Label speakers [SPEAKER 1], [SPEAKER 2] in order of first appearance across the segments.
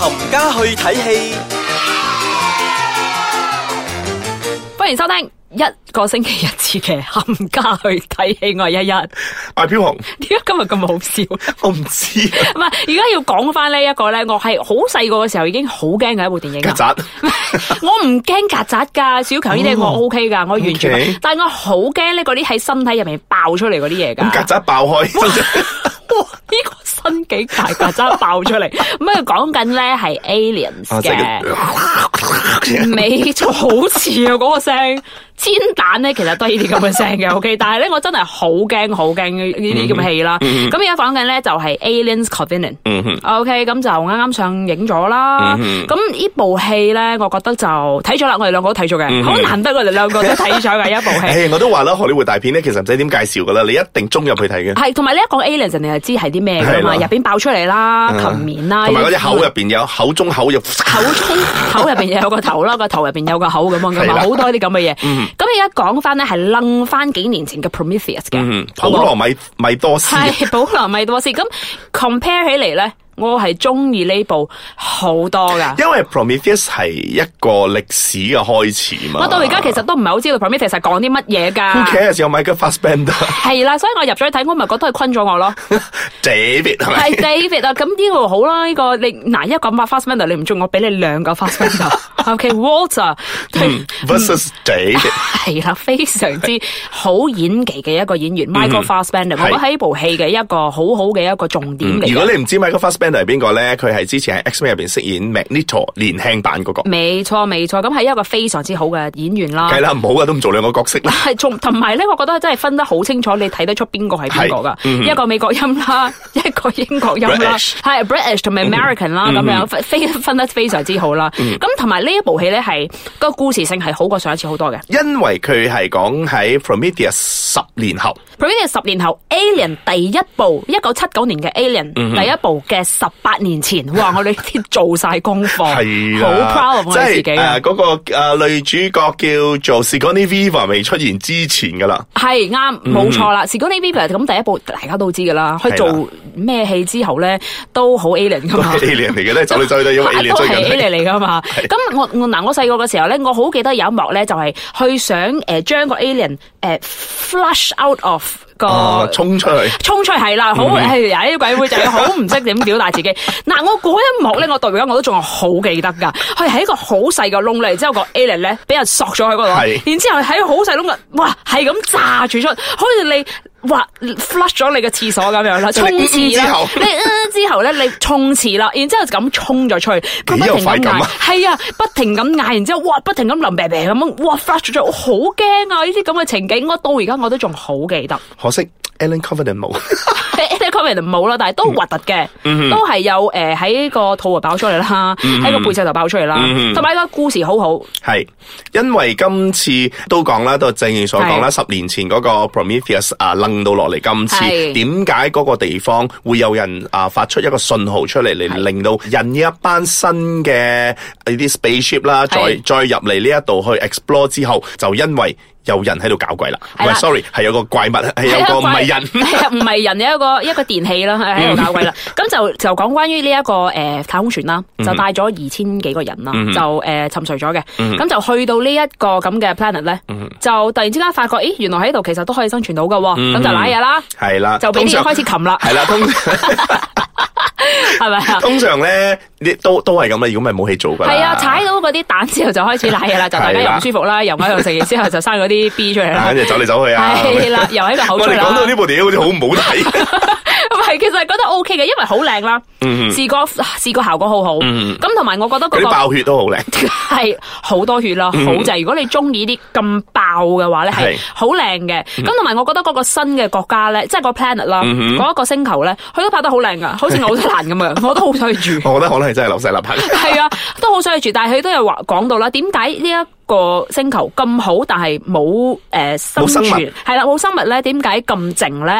[SPEAKER 1] 冚家去睇戲。
[SPEAKER 2] 欢迎收听一个星期一次嘅冚家去睇戏，我系一 一。
[SPEAKER 3] 阿飘紅，
[SPEAKER 2] 点解今日咁好笑？
[SPEAKER 3] 我唔知啊，
[SPEAKER 2] 唔系，而家要讲翻呢一个咧，我系好细个嘅时候已经好惊嘅一部电影啊
[SPEAKER 3] 曱甴
[SPEAKER 2] 我唔驚曱甴㗎，小強呢啲我
[SPEAKER 3] 哦
[SPEAKER 2] O K 㗎，我完全唔
[SPEAKER 3] OK
[SPEAKER 2] 但係我好驚呢嗰啲喺身體入面爆出嚟嗰啲嘢
[SPEAKER 3] 咁曱
[SPEAKER 2] 㗎。
[SPEAKER 3] 甴爆開，
[SPEAKER 2] 哇！呢個身幾大曱甴爆出 嚟，咁啊講緊咧係 aliens
[SPEAKER 3] 啊真
[SPEAKER 2] 嘅，
[SPEAKER 3] 係
[SPEAKER 2] 美就好似啊嗰個聲。煎蛋咧，其實都係呢啲咁嘅聲嘅，OK。但係 咧，我真係好驚，好驚呢啲咁嘅戲啦。咁而家講緊咧就係 Aliens Covenant。
[SPEAKER 3] 嗯哼，
[SPEAKER 2] OK，咁就啱啱上映咗啦。咁呢部戲咧，我覺得就睇咗啦，我哋兩個都睇咗嘅，好難得我哋兩個都睇咗嘅一部 戲。
[SPEAKER 3] 唉，我都話啦，荷里活大片咧，其實唔使點介紹噶啦，你一定中入去睇嘅，
[SPEAKER 2] 係，同埋咧講 aliens，人哋係知係啲咩噶嘛，
[SPEAKER 3] 係
[SPEAKER 2] 入
[SPEAKER 3] 啦
[SPEAKER 2] 邊爆出嚟啦，
[SPEAKER 3] 嗯
[SPEAKER 2] 琴面啦，
[SPEAKER 3] 同埋嗰隻口入边有口中口入，
[SPEAKER 2] 口中口入邊有個頭啦，個頭入邊有個口咁樣噶
[SPEAKER 3] 係
[SPEAKER 2] 嘛，
[SPEAKER 3] 啦
[SPEAKER 2] 好多啲咁嘅嘢。咁而家講翻咧係楞翻幾年前嘅 Prometheus 嘅，
[SPEAKER 3] 嗯，普羅米米多斯，
[SPEAKER 2] 係 保羅米多斯。咁 compare 起嚟咧，我係中意呢部好多 噶。
[SPEAKER 3] 因為 Prometheus 係一個歷史嘅開始嘛。
[SPEAKER 2] 我到而家其實都唔係好知道 Prometheus 係講啲乜嘢
[SPEAKER 3] Who
[SPEAKER 2] 㗎。
[SPEAKER 3] cares？有 Michael Fassbender、
[SPEAKER 2] 係啦，所以我入咗去睇，我咪覺得佢坤咗我咯。
[SPEAKER 3] David 係咪
[SPEAKER 2] 係？David 啊，咁呢個好啦，呢個你嗱一個 Fastbender 你唔中，我俾你兩個 Fastbender，OK，Walter
[SPEAKER 3] 嗯 versus David，
[SPEAKER 2] 係啦，非常之好演技嘅一個演員
[SPEAKER 3] 嗯
[SPEAKER 2] Michael Fassbender，我覺得喺呢部戲嘅一個好好嘅一個重點嚟
[SPEAKER 3] 嗯
[SPEAKER 2] 嘅。
[SPEAKER 3] 如果你唔知 Michael Fassbender 係邊個咧，佢係之前喺 X-Men 入边飾演 Magneto 年輕版嗰個，
[SPEAKER 2] 未錯未錯，咁係一個非常之好嘅演員啦。
[SPEAKER 3] 梗係啦，唔好啊嘅都唔做兩個角色啦。
[SPEAKER 2] 系仲同埋咧，我覺得真係分得好清楚，你睇得出邊個係邊個噶。一個美國音啦， 一個英國音啦，
[SPEAKER 3] 嗯 British 嗯
[SPEAKER 2] 係 British 同埋 American 啦，咁樣分非分得非常之好啦。咁同埋呢一部戲咧，係個故事性係好過上一次好多嘅。
[SPEAKER 3] 因為佢係講喺 Prometheus 十年後，
[SPEAKER 2] Previous 十年後 Alien 第一部，一九七九年嘅 Alien
[SPEAKER 3] 嗯
[SPEAKER 2] 第一部嘅十八年前，哇！我哋啲做晒功課，
[SPEAKER 3] 係
[SPEAKER 2] 好
[SPEAKER 3] 啦
[SPEAKER 2] proud of 我哋自
[SPEAKER 3] 即
[SPEAKER 2] 己
[SPEAKER 3] 係
[SPEAKER 2] 啊
[SPEAKER 3] 誒！嗰個誒女主角叫做 Sigourney Weaver 未出現之前噶啦，
[SPEAKER 2] 係啱，冇錯啦。時光呢 v i v i 咁第一部大家都知噶啦，去
[SPEAKER 3] 嗯係啦
[SPEAKER 2] 做咩戲之後咧都好 alien 噶
[SPEAKER 3] 都
[SPEAKER 2] 嘛
[SPEAKER 3] 係。alien 嚟嘅咧，走嚟走去 都因為 alien
[SPEAKER 2] 啊都
[SPEAKER 3] 追
[SPEAKER 2] 係
[SPEAKER 3] 緊佢。
[SPEAKER 2] alien 嚟噶 嘛？咁我我嗱，我細個嘅時候咧，我好記得有一幕咧，就係去想誒將個 alien 誒 flush out of
[SPEAKER 3] 哦
[SPEAKER 2] 個，
[SPEAKER 3] 衝出去！
[SPEAKER 2] 衝出去係啦，
[SPEAKER 3] 嗯
[SPEAKER 2] 好係呀！啲鬼妹仔好唔識點表達自 己。嗱，我嗰一幕咧，我到而家我都仲係好記得㗎。佢係一個好細個窿嚟，之後個 alien 咧俾人索咗喺嗰
[SPEAKER 3] 係
[SPEAKER 2] 度，然之後喺好細窿嘅，哇，係咁炸住出，好似你哇 flush 咗你嘅廁所咁樣啦，
[SPEAKER 3] 即
[SPEAKER 2] 衝
[SPEAKER 3] 係你
[SPEAKER 2] 刺
[SPEAKER 3] 嗯嗯之
[SPEAKER 2] 啦
[SPEAKER 3] 後，
[SPEAKER 2] 你嗯之後咧，你衝刺啦，然之後就咁衝咗出去，佢
[SPEAKER 3] 幾有
[SPEAKER 2] 不停
[SPEAKER 3] 快
[SPEAKER 2] 咁
[SPEAKER 3] 感
[SPEAKER 2] 嗌
[SPEAKER 3] 啊，
[SPEAKER 2] 係啊，不停咁嗌，然之後哇，不停咁淋鼻鼻咁樣，哇 flush 咗出去，我好驚啊！呢啲咁嘅情景，我到而家我都仲好記得。
[SPEAKER 3] 可惜 Alan Covenant 冇，
[SPEAKER 2] 誒 a Covenant 冇啦，但係都
[SPEAKER 3] 嗯
[SPEAKER 2] 核突嘅，都係有誒喺個肚度爆出嚟啦，
[SPEAKER 3] 嗯
[SPEAKER 2] 喺個背脊度爆出嚟啦，同埋個故事好 好，
[SPEAKER 3] 係因為今次都講啦，都正如所講啦，
[SPEAKER 2] 係
[SPEAKER 3] 十年前嗰個 Prometheus 啊，楞到落嚟今次，
[SPEAKER 2] 係
[SPEAKER 3] 點解嗰個地方會有人啊發出一個信號出嚟，嚟令到人一班新嘅啊呢啲 spaceship 啦，再
[SPEAKER 2] 係
[SPEAKER 3] 再入嚟呢一度去 explore 之後，就因為有人喺度搞鬼啦，
[SPEAKER 2] 係
[SPEAKER 3] 唔
[SPEAKER 2] 啦
[SPEAKER 3] 係 sorry，係有個怪物， 係有個唔係人，
[SPEAKER 2] 係啊，唔係人嘅一個一個電器啦，
[SPEAKER 3] 嗯
[SPEAKER 2] 喺度搞鬼啦。咁就就講關於呢一個誒太空船啦，
[SPEAKER 3] 嗯
[SPEAKER 2] 就帶咗二千幾個人啦，就誒沉睡咗嘅。
[SPEAKER 3] 嗯
[SPEAKER 2] 咁就去到呢一個咁嘅 planet 咧，就突然之間發覺，咦，原來喺度其實都可以生存到嘅喎，咁就瀨嘢啦，
[SPEAKER 3] 係啦，
[SPEAKER 2] 就俾
[SPEAKER 3] 嗯通
[SPEAKER 2] 啲嘢
[SPEAKER 3] 常
[SPEAKER 2] 開始擒啦，
[SPEAKER 3] 係啦，通
[SPEAKER 2] 係咪啊？
[SPEAKER 3] 通常咧，你都都係咁啦，如果唔係冇戲做㗎啦，
[SPEAKER 2] 係啊，踩到嗰啲蛋之後就開始瀨嘢啦，就大家
[SPEAKER 3] 係
[SPEAKER 2] 又
[SPEAKER 3] 啦
[SPEAKER 2] 唔舒服啦，又喺度食完之後就生嗰 啲 B 出嚟啦
[SPEAKER 3] 啊，跟。住走嚟走去啊，
[SPEAKER 2] 係啦，又喺個口
[SPEAKER 3] 我
[SPEAKER 2] 出
[SPEAKER 3] 哋
[SPEAKER 2] 嚟
[SPEAKER 3] 講到呢
[SPEAKER 2] 啦。
[SPEAKER 3] 部電影好似好唔好 睇，
[SPEAKER 2] 唔係，其實覺得 O K 嘅，因為好靚啦，視覺視覺效果好好。咁同埋我覺得嗯
[SPEAKER 3] 嗯嗰
[SPEAKER 2] 嗰
[SPEAKER 3] 啲
[SPEAKER 2] 個
[SPEAKER 3] 嗯爆血都好靚。
[SPEAKER 2] 係好多血啦，好就係如果你中意啲咁爆嘅話咧，係
[SPEAKER 3] 係嗯
[SPEAKER 2] 好靚嘅。咁同埋我覺得嗰個新嘅國家咧，即係個 planet 啦，嗰一個星球咧，佢都拍得好靚噶，好 似紐西蘭咁樣，我都好想去住。
[SPEAKER 3] 我覺得可能係真係流晒立拍。
[SPEAKER 2] 係啊，都好想去住，但係佢都有話講到啦，點解呢一個星球咁好，但係冇诶生
[SPEAKER 3] 冇生物嗯
[SPEAKER 2] 存，係啦冇生物咧，點解咁靜咧？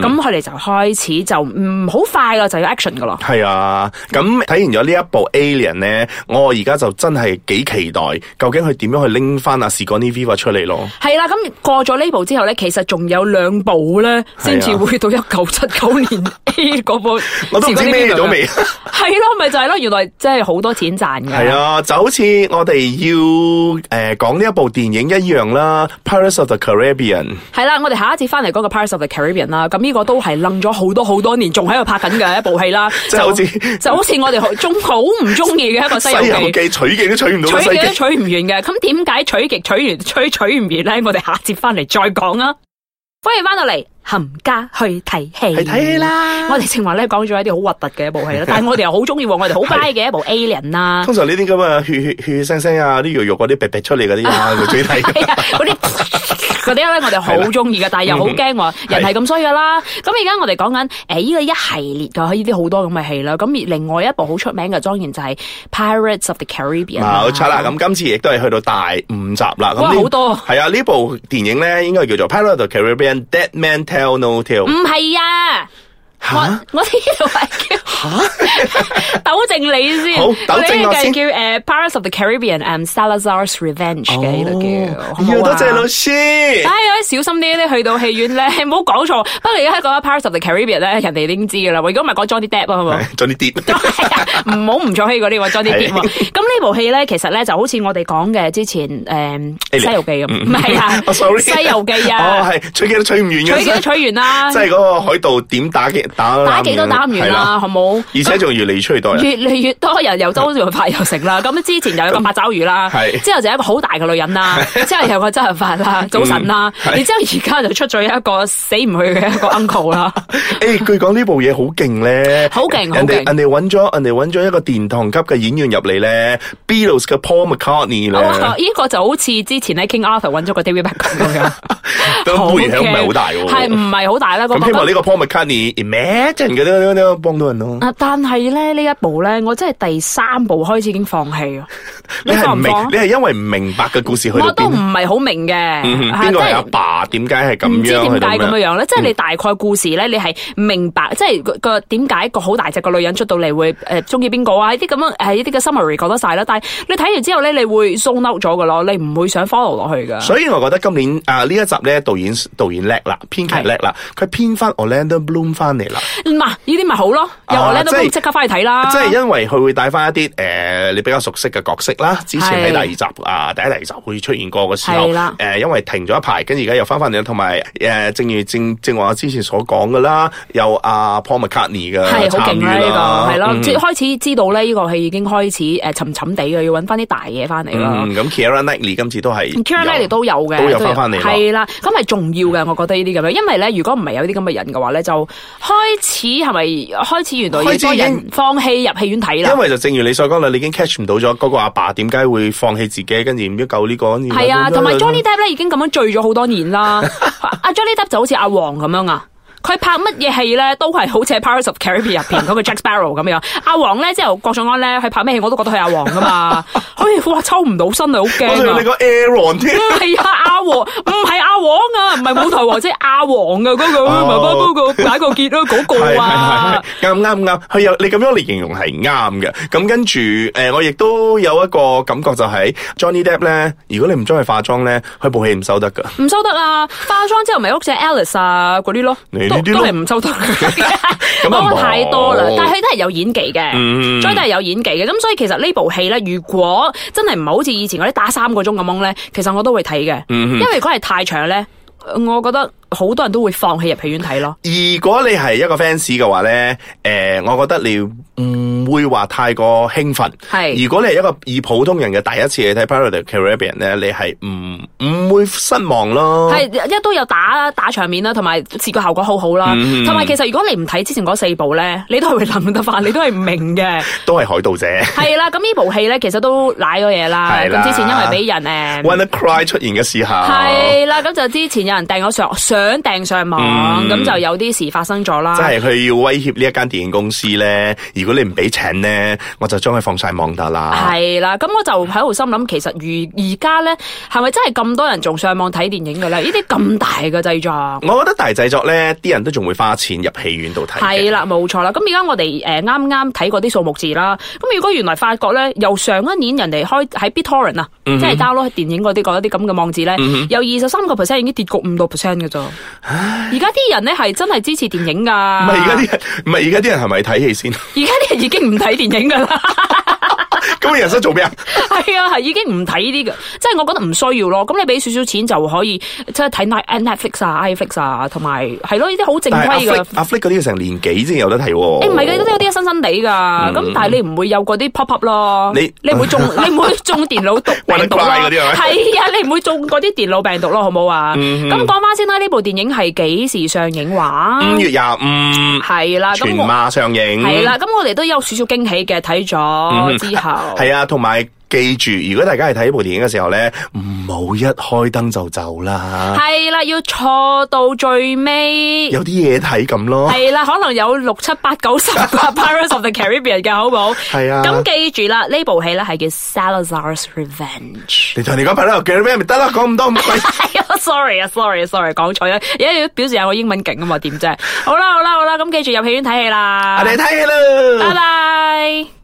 [SPEAKER 2] 咁佢哋就開始就唔好快啦，就要 action 噶啦。
[SPEAKER 3] 系啊，咁睇完咗呢一部 Alien 咧，我而家就真係幾期待，究竟佢點樣去拎翻阿 s i g o n i Viva 出嚟咯？
[SPEAKER 2] 係啦，咁過咗呢部之後咧，其實仲有兩部咧，先至會到一九七九 年 A 嗰部。
[SPEAKER 3] 啊我都唔知孭咗未。啊
[SPEAKER 2] 啊係咯，咪就係咯，原來真係好多錢賺㗎。
[SPEAKER 3] 係啊，就好似我哋要诶讲呢一部電影一樣啦，《Pirates of the Caribbean》
[SPEAKER 2] 系啦，我哋下一節翻嚟嗰個《Pirates of the Caribbean》啦，咁呢個都係楞咗好多好多年，仲喺度拍緊嘅一部戲 啦，
[SPEAKER 3] 即係好似
[SPEAKER 2] 就好似我哋 好中好唔中意嘅一個《西
[SPEAKER 3] 《西
[SPEAKER 2] 遊
[SPEAKER 3] 遊
[SPEAKER 2] 記》。
[SPEAKER 3] 記》取景都取唔到
[SPEAKER 2] 取
[SPEAKER 3] 個西
[SPEAKER 2] 嘅都
[SPEAKER 3] 記。
[SPEAKER 2] 取唔完嘅，咁點解取極取完取取唔完咧？我哋下一節翻嚟再講啊！歡迎翻到嚟，冚家去睇戲，
[SPEAKER 3] 去睇戲啦
[SPEAKER 2] 我哋正話咧講咗一啲好核突嘅一部 戲啦，但係我哋又好中意喎，我哋好 buy 嘅一部 Alien 啦。
[SPEAKER 3] 通常呢啲咁嘅血血血腥腥啊，啲肉肉嗰啲鼻鼻出嚟嗰 啲啊，咪最
[SPEAKER 2] 係
[SPEAKER 3] 睇。
[SPEAKER 2] 啊，嗰啲 嗰啲咧，我哋好中意嘅，但係又好驚喎，人係咁衰噶啦。咁而家我哋講緊誒依個一系列嘅呢啲好多咁嘅戲啦。咁而另外一部好出名嘅，當然就係《Pirates of the Caribbean》啦。
[SPEAKER 3] 冇錯啦，咁今次亦都係去到第五集啦。
[SPEAKER 2] 啊哇好多
[SPEAKER 3] 係啊，呢部電影咧應該叫做《Pirates of the Caribbean: Dead Man Tell No Tale》。
[SPEAKER 2] 唔係啊！我
[SPEAKER 3] 吓
[SPEAKER 2] 我呢度係叫 糾正你先，
[SPEAKER 3] 好糾正我先
[SPEAKER 2] 呢個叫誒《Piraits of the Caribbean》and Salazar's Revenge 嘅呢度嗯叫，好唔
[SPEAKER 3] 要
[SPEAKER 2] 好
[SPEAKER 3] 哦哎多
[SPEAKER 2] 啊？
[SPEAKER 3] 謝老 師。
[SPEAKER 2] 唉，哎小心啲咧，去到戲院咧， 唔好講錯。不過而家講《Pirates of the Caribbean》咧，人哋已經知噶啦。如果唔係講 Johnny Depp 啊，係 咪？
[SPEAKER 3] 做啲跌。
[SPEAKER 2] 唔好唔咗希嗰啲喎，Johnny Depp 喎。咁呢部戲咧，其實咧就好似我哋講嘅之前誒《
[SPEAKER 3] Alien
[SPEAKER 2] 西遊記》咁， 唔係 啊，《
[SPEAKER 3] 哦，sorry
[SPEAKER 2] 西遊記》
[SPEAKER 3] 哦，
[SPEAKER 2] 啊，
[SPEAKER 3] 係取景都取唔完
[SPEAKER 2] 取幾都
[SPEAKER 3] 嘅，
[SPEAKER 2] 取完 啦
[SPEAKER 3] 即，係嗰個海盜點打嘅打
[SPEAKER 2] 打幾都打唔完啊
[SPEAKER 3] 啊係
[SPEAKER 2] 啦，好冇？
[SPEAKER 3] 而且仲越嚟越啊出代。
[SPEAKER 2] 越嚟越多人又周潤發又 成啦，咁之前又有個八爪魚啦，
[SPEAKER 3] 係
[SPEAKER 2] 之後就有一個好大嘅女人 啦，之後又有個周潤發啦、早晨啦，
[SPEAKER 3] 嗯係
[SPEAKER 2] 然之後而家就出咗一個死唔去嘅一個 uncle 啦，
[SPEAKER 3] 誒，據講呢部嘢好勁咧，
[SPEAKER 2] 好勁好
[SPEAKER 3] 人哋
[SPEAKER 2] 勁
[SPEAKER 3] 人哋揾咗人哋揾咗一個殿堂級嘅演員入嚟咧，Beatles 嘅 Paul McCartney
[SPEAKER 2] 哇！
[SPEAKER 3] 咧，
[SPEAKER 2] 呢個就好似之前喺 King Arthur 揾咗個 David Beckham 咁樣，
[SPEAKER 3] 都背影唔係好大喎。
[SPEAKER 2] 係唔係好大啦？嗰
[SPEAKER 3] 咁
[SPEAKER 2] 個
[SPEAKER 3] 希望呢個 Paul McCartney Imagine 嘅都都都幫到人咯。
[SPEAKER 2] 啊！但係咧呢一部咧，我真係第三部開始已經放棄啊！
[SPEAKER 3] 你係唔
[SPEAKER 2] 放唔
[SPEAKER 3] 明
[SPEAKER 2] 放啊，
[SPEAKER 3] 你係因為唔明白嘅故事去
[SPEAKER 2] 我
[SPEAKER 3] 到
[SPEAKER 2] 都唔
[SPEAKER 3] 邊？
[SPEAKER 2] 係好明嘅，
[SPEAKER 3] 嗯
[SPEAKER 2] 係
[SPEAKER 3] 邊個
[SPEAKER 2] 真
[SPEAKER 3] 係
[SPEAKER 2] 係
[SPEAKER 3] 阿爸？點解係咁
[SPEAKER 2] 唔知
[SPEAKER 3] 樣？嗯
[SPEAKER 2] 點解
[SPEAKER 3] 去到
[SPEAKER 2] 咁
[SPEAKER 3] 咩
[SPEAKER 2] 樣樣咧？即係你大概故事咧，你係明白，即係個個點解個好大隻個女人出到嚟會誒中意邊個啊？呢啲咁樣誒呢啲嘅 summary 講得晒啦，但係你睇完之後咧，你會 zone out 咗噶咯，你唔會想 follow 落去噶。
[SPEAKER 3] 所以我覺得今年啊呢一集咧，導演導演叻啦，編劇叻啦，佢編翻 Orlando Bloom 翻嚟啦，
[SPEAKER 2] 嗱，呢啲咪好咯，又
[SPEAKER 3] 啊
[SPEAKER 2] 我咧都
[SPEAKER 3] 即係
[SPEAKER 2] 即刻翻去睇啦。
[SPEAKER 3] 即係因為佢會帶翻一啲誒、呃你比較熟悉嘅角色啦，之前喺
[SPEAKER 2] 係
[SPEAKER 3] 第二集啊第一第二集會出現過嘅時候，
[SPEAKER 2] 係
[SPEAKER 3] 誒
[SPEAKER 2] 啦、
[SPEAKER 3] 因為停咗一排，跟住而家又翻翻嚟，同埋誒正如正正話我之前所講嘅啦，有阿、Paul McCartney 嘅
[SPEAKER 2] 係好
[SPEAKER 3] 參
[SPEAKER 2] 勁
[SPEAKER 3] 與
[SPEAKER 2] 啦呢
[SPEAKER 3] 啦，
[SPEAKER 2] 個，係咯，
[SPEAKER 3] 嗯
[SPEAKER 2] 即係開始知道咧呢個戲已經開始誒沉沉地嘅，要揾翻啲大嘢翻嚟啦。
[SPEAKER 3] 嗯咁 Kiara Knightley 今次都係
[SPEAKER 2] Kira
[SPEAKER 3] 有
[SPEAKER 2] Knightley 都有嘅，
[SPEAKER 3] 都有返返嚟啦
[SPEAKER 2] 係啦，咁係重要嘅，我覺得呢啲咁樣，因為咧，如果唔係有啲咁嘅人嘅話咧，就開始係咪開始原來越
[SPEAKER 3] 開始
[SPEAKER 2] 多
[SPEAKER 3] 已經
[SPEAKER 2] 人放棄入戲院睇
[SPEAKER 3] 因
[SPEAKER 2] 啦？
[SPEAKER 3] 為就正如你所講啦，你已經 catch 唔到咗嗰個阿爸點解會放棄自己，跟住唔要救呢、個，跟住
[SPEAKER 2] 係啊，同埋 Johnny Depp 咧已經咁樣醉咗好多年 啦。阿 Johnny Depp 就好似阿黃咁樣啊。佢拍乜嘢戲咧，都係好似喺《Pirates of the Caribbean》入邊嗰個 Jack Sparrow 咁樣。阿黃咧，之後郭晉安咧，佢拍咩戲我都覺得佢係阿黃噶 嘛。好似哇抽唔到身啊，好
[SPEAKER 3] 我仲
[SPEAKER 2] 驚
[SPEAKER 3] 要
[SPEAKER 2] 啊
[SPEAKER 3] 你！個 Aaron 添。
[SPEAKER 2] 唔係啊，阿王唔係阿王啊，唔係舞台王，即係阿王啊，嗰、個
[SPEAKER 3] 哦
[SPEAKER 2] 爸爸嗰個解個結啦，嗰
[SPEAKER 3] 係
[SPEAKER 2] 個啊。
[SPEAKER 3] 係係啱啱啱，佢有你咁樣嚟形容係啱嘅。咁跟住誒、呃我亦都有一個感覺就係、Johnny Depp 咧，如果你唔將佢化妝咧，佢部戲唔收得㗎。
[SPEAKER 2] 唔收得啊！化妝之後咪屋企 Alice 啊嗰啲咯，
[SPEAKER 3] 你呢
[SPEAKER 2] 都
[SPEAKER 3] 啲
[SPEAKER 2] 都
[SPEAKER 3] 咯
[SPEAKER 2] 係唔收得。
[SPEAKER 3] 咁啊
[SPEAKER 2] 講太多啦
[SPEAKER 3] 冇，
[SPEAKER 2] 但係佢都係有演技
[SPEAKER 3] 嗯
[SPEAKER 2] 嘅，所以都係有演技嘅。咁所以其實呢部戲咧，如果真係唔係好似以前嗰啲打三個鐘咁樣咧，其實我都會睇嘅，
[SPEAKER 3] 嗯
[SPEAKER 2] 因為如果係太長咧，我覺得好多人都會放棄入戲院睇咯。
[SPEAKER 3] 如果你係一個 fans 嘅話咧，誒、我覺得你唔會話太過興奮。
[SPEAKER 2] 係
[SPEAKER 3] 如果你係一個以普通人嘅第一次去睇《Pirates of the Caribbean》咧，你係唔唔會失望咯。
[SPEAKER 2] 系一都有打打場面啦，同埋視覺效果好好啦，
[SPEAKER 3] 嗯
[SPEAKER 2] 同埋、其實如果你唔睇之前嗰四部咧，你都係會諗得翻，你都係唔明 嘅。
[SPEAKER 3] 都係海盜啫。
[SPEAKER 2] 係啦，咁呢部戲咧其實都濑咗嘢啦。
[SPEAKER 3] 係啦
[SPEAKER 2] 咁之前因為俾人诶。
[SPEAKER 3] Wanna Cry 出現嘅時候，
[SPEAKER 2] 係
[SPEAKER 3] 哦
[SPEAKER 2] 啦，咁就之前有人訂咗上想訂上
[SPEAKER 3] 嗯
[SPEAKER 2] 網，咁、就有啲事發生咗啦。
[SPEAKER 3] 啊即係佢要威脅呢一間電影公司咧。如果你唔俾請咧，我就將佢放晒網得啦。
[SPEAKER 2] 系啦，咁我就喺度心諗，其實如而家咧，係咪真係咁多人仲上網睇電影嘅咧？呢啲咁大嘅製作。
[SPEAKER 3] 我覺得大製作咧，啲人都仲會花錢入戲院度睇嘅。
[SPEAKER 2] 係啦，冇錯啦。咁而家我哋誒啱啱睇過啲數目字啦。咁如果原來發覺咧，由上一年人哋開喺 BitTorrent 啊，
[SPEAKER 3] 嗯
[SPEAKER 2] 即係 download 電影嗰啲嗰啲咁嘅網址咧，有二十三個 percent 已經跌過五個 percent 嘅咋。而家啲人咧係真係支持電影㗎。
[SPEAKER 3] 唔係而家啲人，唔係而家啲人係咪睇戲 先？
[SPEAKER 2] 而家啲人已經唔睇電影㗎啦。
[SPEAKER 3] 咁你人生做咩啊？
[SPEAKER 2] 係啊，係已經唔睇呢啲嘅，即係我覺得唔需要咯。咁你俾少少錢就可以，即係睇 Net- Netflix 啊、iFlix 啊，同埋係咯呢啲好正
[SPEAKER 3] 但係阿
[SPEAKER 2] 規
[SPEAKER 3] Flick
[SPEAKER 2] 嘅。
[SPEAKER 3] 阿 Flick 嗰啲成年幾先有得睇喎？
[SPEAKER 2] 誒唔係嘅，都有啲新新地噶，咁但係你唔會有嗰啲 pop up 咯，
[SPEAKER 3] 嗯你
[SPEAKER 2] 你唔會 中，你唔會中電腦毒病毒咯，
[SPEAKER 3] 玩得怪嗰啲係咪嗯
[SPEAKER 2] 係啊，你唔會中嗰啲電腦病毒咯，好冇啊？咁講翻先啦，呢部電影係幾時上映話？
[SPEAKER 3] 五月廿五
[SPEAKER 2] 係啦，啊
[SPEAKER 3] 嗯全
[SPEAKER 2] 咁我
[SPEAKER 3] 馬上映。
[SPEAKER 2] 係啦，咁我哋都有少少驚喜嘅，睇咗之後。
[SPEAKER 3] 系啊，同埋記住，如果大家係睇呢部電影嘅時候咧，唔好一開燈就走啦，
[SPEAKER 2] 係啦，要坐到最尾。
[SPEAKER 3] 有啲嘢睇咁咯。
[SPEAKER 2] 係啦，可能有六七八九 十個 Pirates of the Caribbean 嘅，好冇？
[SPEAKER 3] 係啊
[SPEAKER 2] 咁記住啦，呢部戲咧係叫 Salazar's Revenge。
[SPEAKER 3] 你同你講拍啦，嘅咩咪得啦，講咁多唔係
[SPEAKER 2] 系啊，sorry 啊，sorry 啊，sorry，講錯咗，而家要表示下我英文勁啊嘛，點啫？好啦，好啦，好啦，咁記住入戲院睇戲
[SPEAKER 3] 我
[SPEAKER 2] 啦，
[SPEAKER 3] 哋睇戲啦
[SPEAKER 2] 拜。拜。